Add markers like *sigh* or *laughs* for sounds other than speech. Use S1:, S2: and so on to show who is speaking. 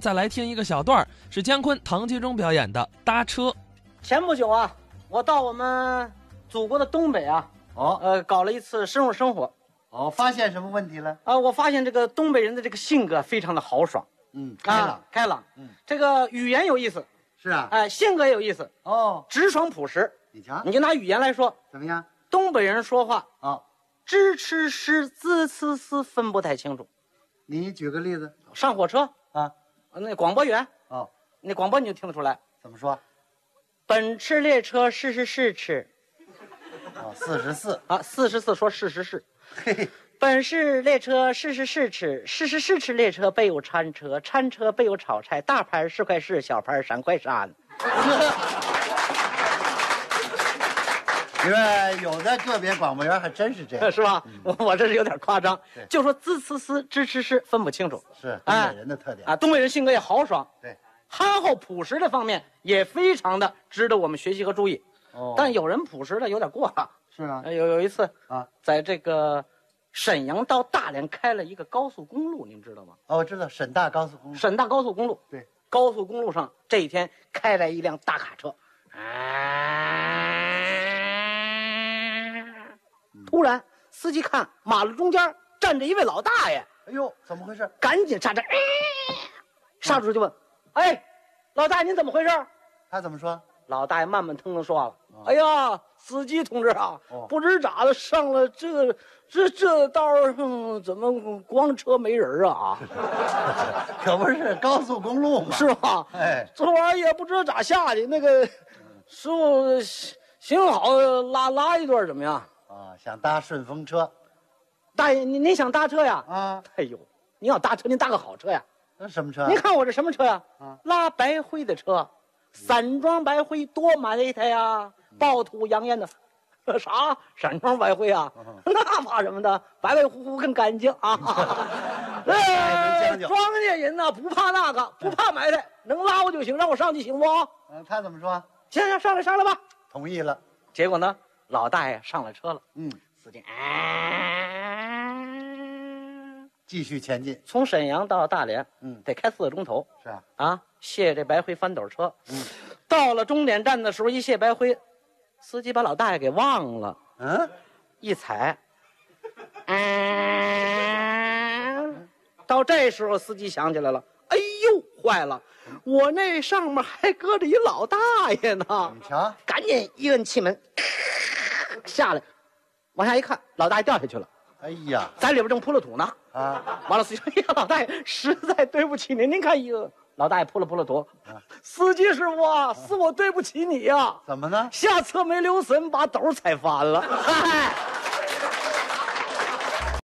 S1: 再来听一个小段儿，是姜昆、唐杰忠表演的《搭车》。
S2: 前不久啊，我到我们祖国的东北啊，
S3: 哦
S2: 呃，搞了一次深入生活
S3: 哦，发现什么问题了？
S2: 啊、我发现这个东北人的这个性格非常的豪爽，
S3: 嗯，
S2: 啊
S3: 开朗。
S2: 开朗，
S3: 嗯
S2: 这个语言有意思，
S3: 是啊，
S2: 哎、性格也有意思，
S3: 哦，
S2: 直爽朴实。
S3: 你瞧
S2: 你就拿语言来说，
S3: 怎么样？
S2: 东北人说话
S3: 哦，
S2: 支吃吃滋呲呲分不太清楚。
S3: 你举个例子
S2: 上火车，
S3: 啊？
S2: 那广播员，
S3: 哦，
S2: 那广播你就听得出来，
S3: 怎么说？
S2: 本吃列车是是是吃
S3: 哦，四十四。
S2: 啊，四十四说是是是。
S3: 嘿 *laughs* 嘿，
S2: 本市列车是是是吃，是是是吃列车备有餐车，餐车备有炒菜，大盘是块是，小盘三块三。
S3: 你说有的个别广播员还真是这样，
S2: 是吧？我我这是有点夸张
S3: 嗯对，
S2: 就说滋呲呲、支吃吃分不清楚
S3: 是东
S2: 哎
S3: 北人的特点。
S2: 啊。东北人性格也豪爽，
S3: 对，
S2: 憨厚朴实的方面也非常的值得我们学习和注意。
S3: 哦
S2: 但有人朴实的有点过了。
S3: 是啊，
S2: 呃有有一次
S3: 啊，
S2: 在这个沈阳到大连开了一个高速公路，你们知道吗？
S3: 哦，我知道沈大高速公路。
S2: 沈大高速公路。
S3: 对，
S2: 高速公路上这一天开来一辆大卡车，突然司机看马路中间站着一位老大爷，
S3: 哎呦，怎么回事？
S2: 赶紧刹车，哎刹住就问：“哎，老大爷您怎么回事？”
S3: 他怎么说？ *laughs*
S2: 老大爷慢慢腾腾说了：“哎呀，司机同志啊，
S3: 哦
S2: 不知咋的上了这这这道儿嗯怎么光车没人啊？
S3: 可不是高速公路
S2: *laughs*
S3: 嘛。
S2: 是吧？
S3: 哎，
S2: 昨晚也不知道咋下的，那个师傅行好拉拉一段怎么样？
S3: 啊，想搭顺风车
S2: 大爷，您您想搭车呀？
S3: 啊？
S2: 哎呦，您要搭车，您搭个好车呀！
S3: 那什么车
S2: 您？看我这什么车呀？
S3: 啊
S2: 拉白灰的车，散装白灰多买一台呀，暴土扬烟的。 *laughs* 啥散装白灰啊？ *laughs* 那怕什么的？白白乎乎更干净啊！
S3: 哎
S2: *laughs* 哎，
S3: 真讲究
S2: 庄稼人呐，不怕那个，不怕埋汰，能拉我就行，让我上去行不？
S3: 嗯，他怎么说？
S2: 行行，上来上来吧。
S3: 同意了。
S2: 结果呢，老大爷上了车了，
S3: 嗯，
S2: 司机、啊
S3: 继续前进。
S2: 从沈阳到大连，
S3: 嗯
S2: 得开四个钟头
S3: 是啊，
S2: 啊。卸这白灰翻斗车，到了终点站的时候，一卸白灰，司机把老大爷给忘了，
S3: 嗯，
S2: 一踩，啊到这时候司机想起来了，哎呦，坏了，我那上面还搁着一老大爷呢。
S3: 你瞧，
S2: 赶紧一摁气门，下来，往下一看，老大爷掉下去了，
S3: 哎呀，
S2: 在里边正铺了土呢。
S3: 啊，
S2: 完了，司机说：“哎 *laughs* 呀，老大爷，实在对不起您，您看一个。”老大爷铺了铺了土，啊司机师傅啊，是我对不起你呀、啊
S3: 怎么呢？
S2: 下车没留神把斗踩翻了。嗨 *laughs*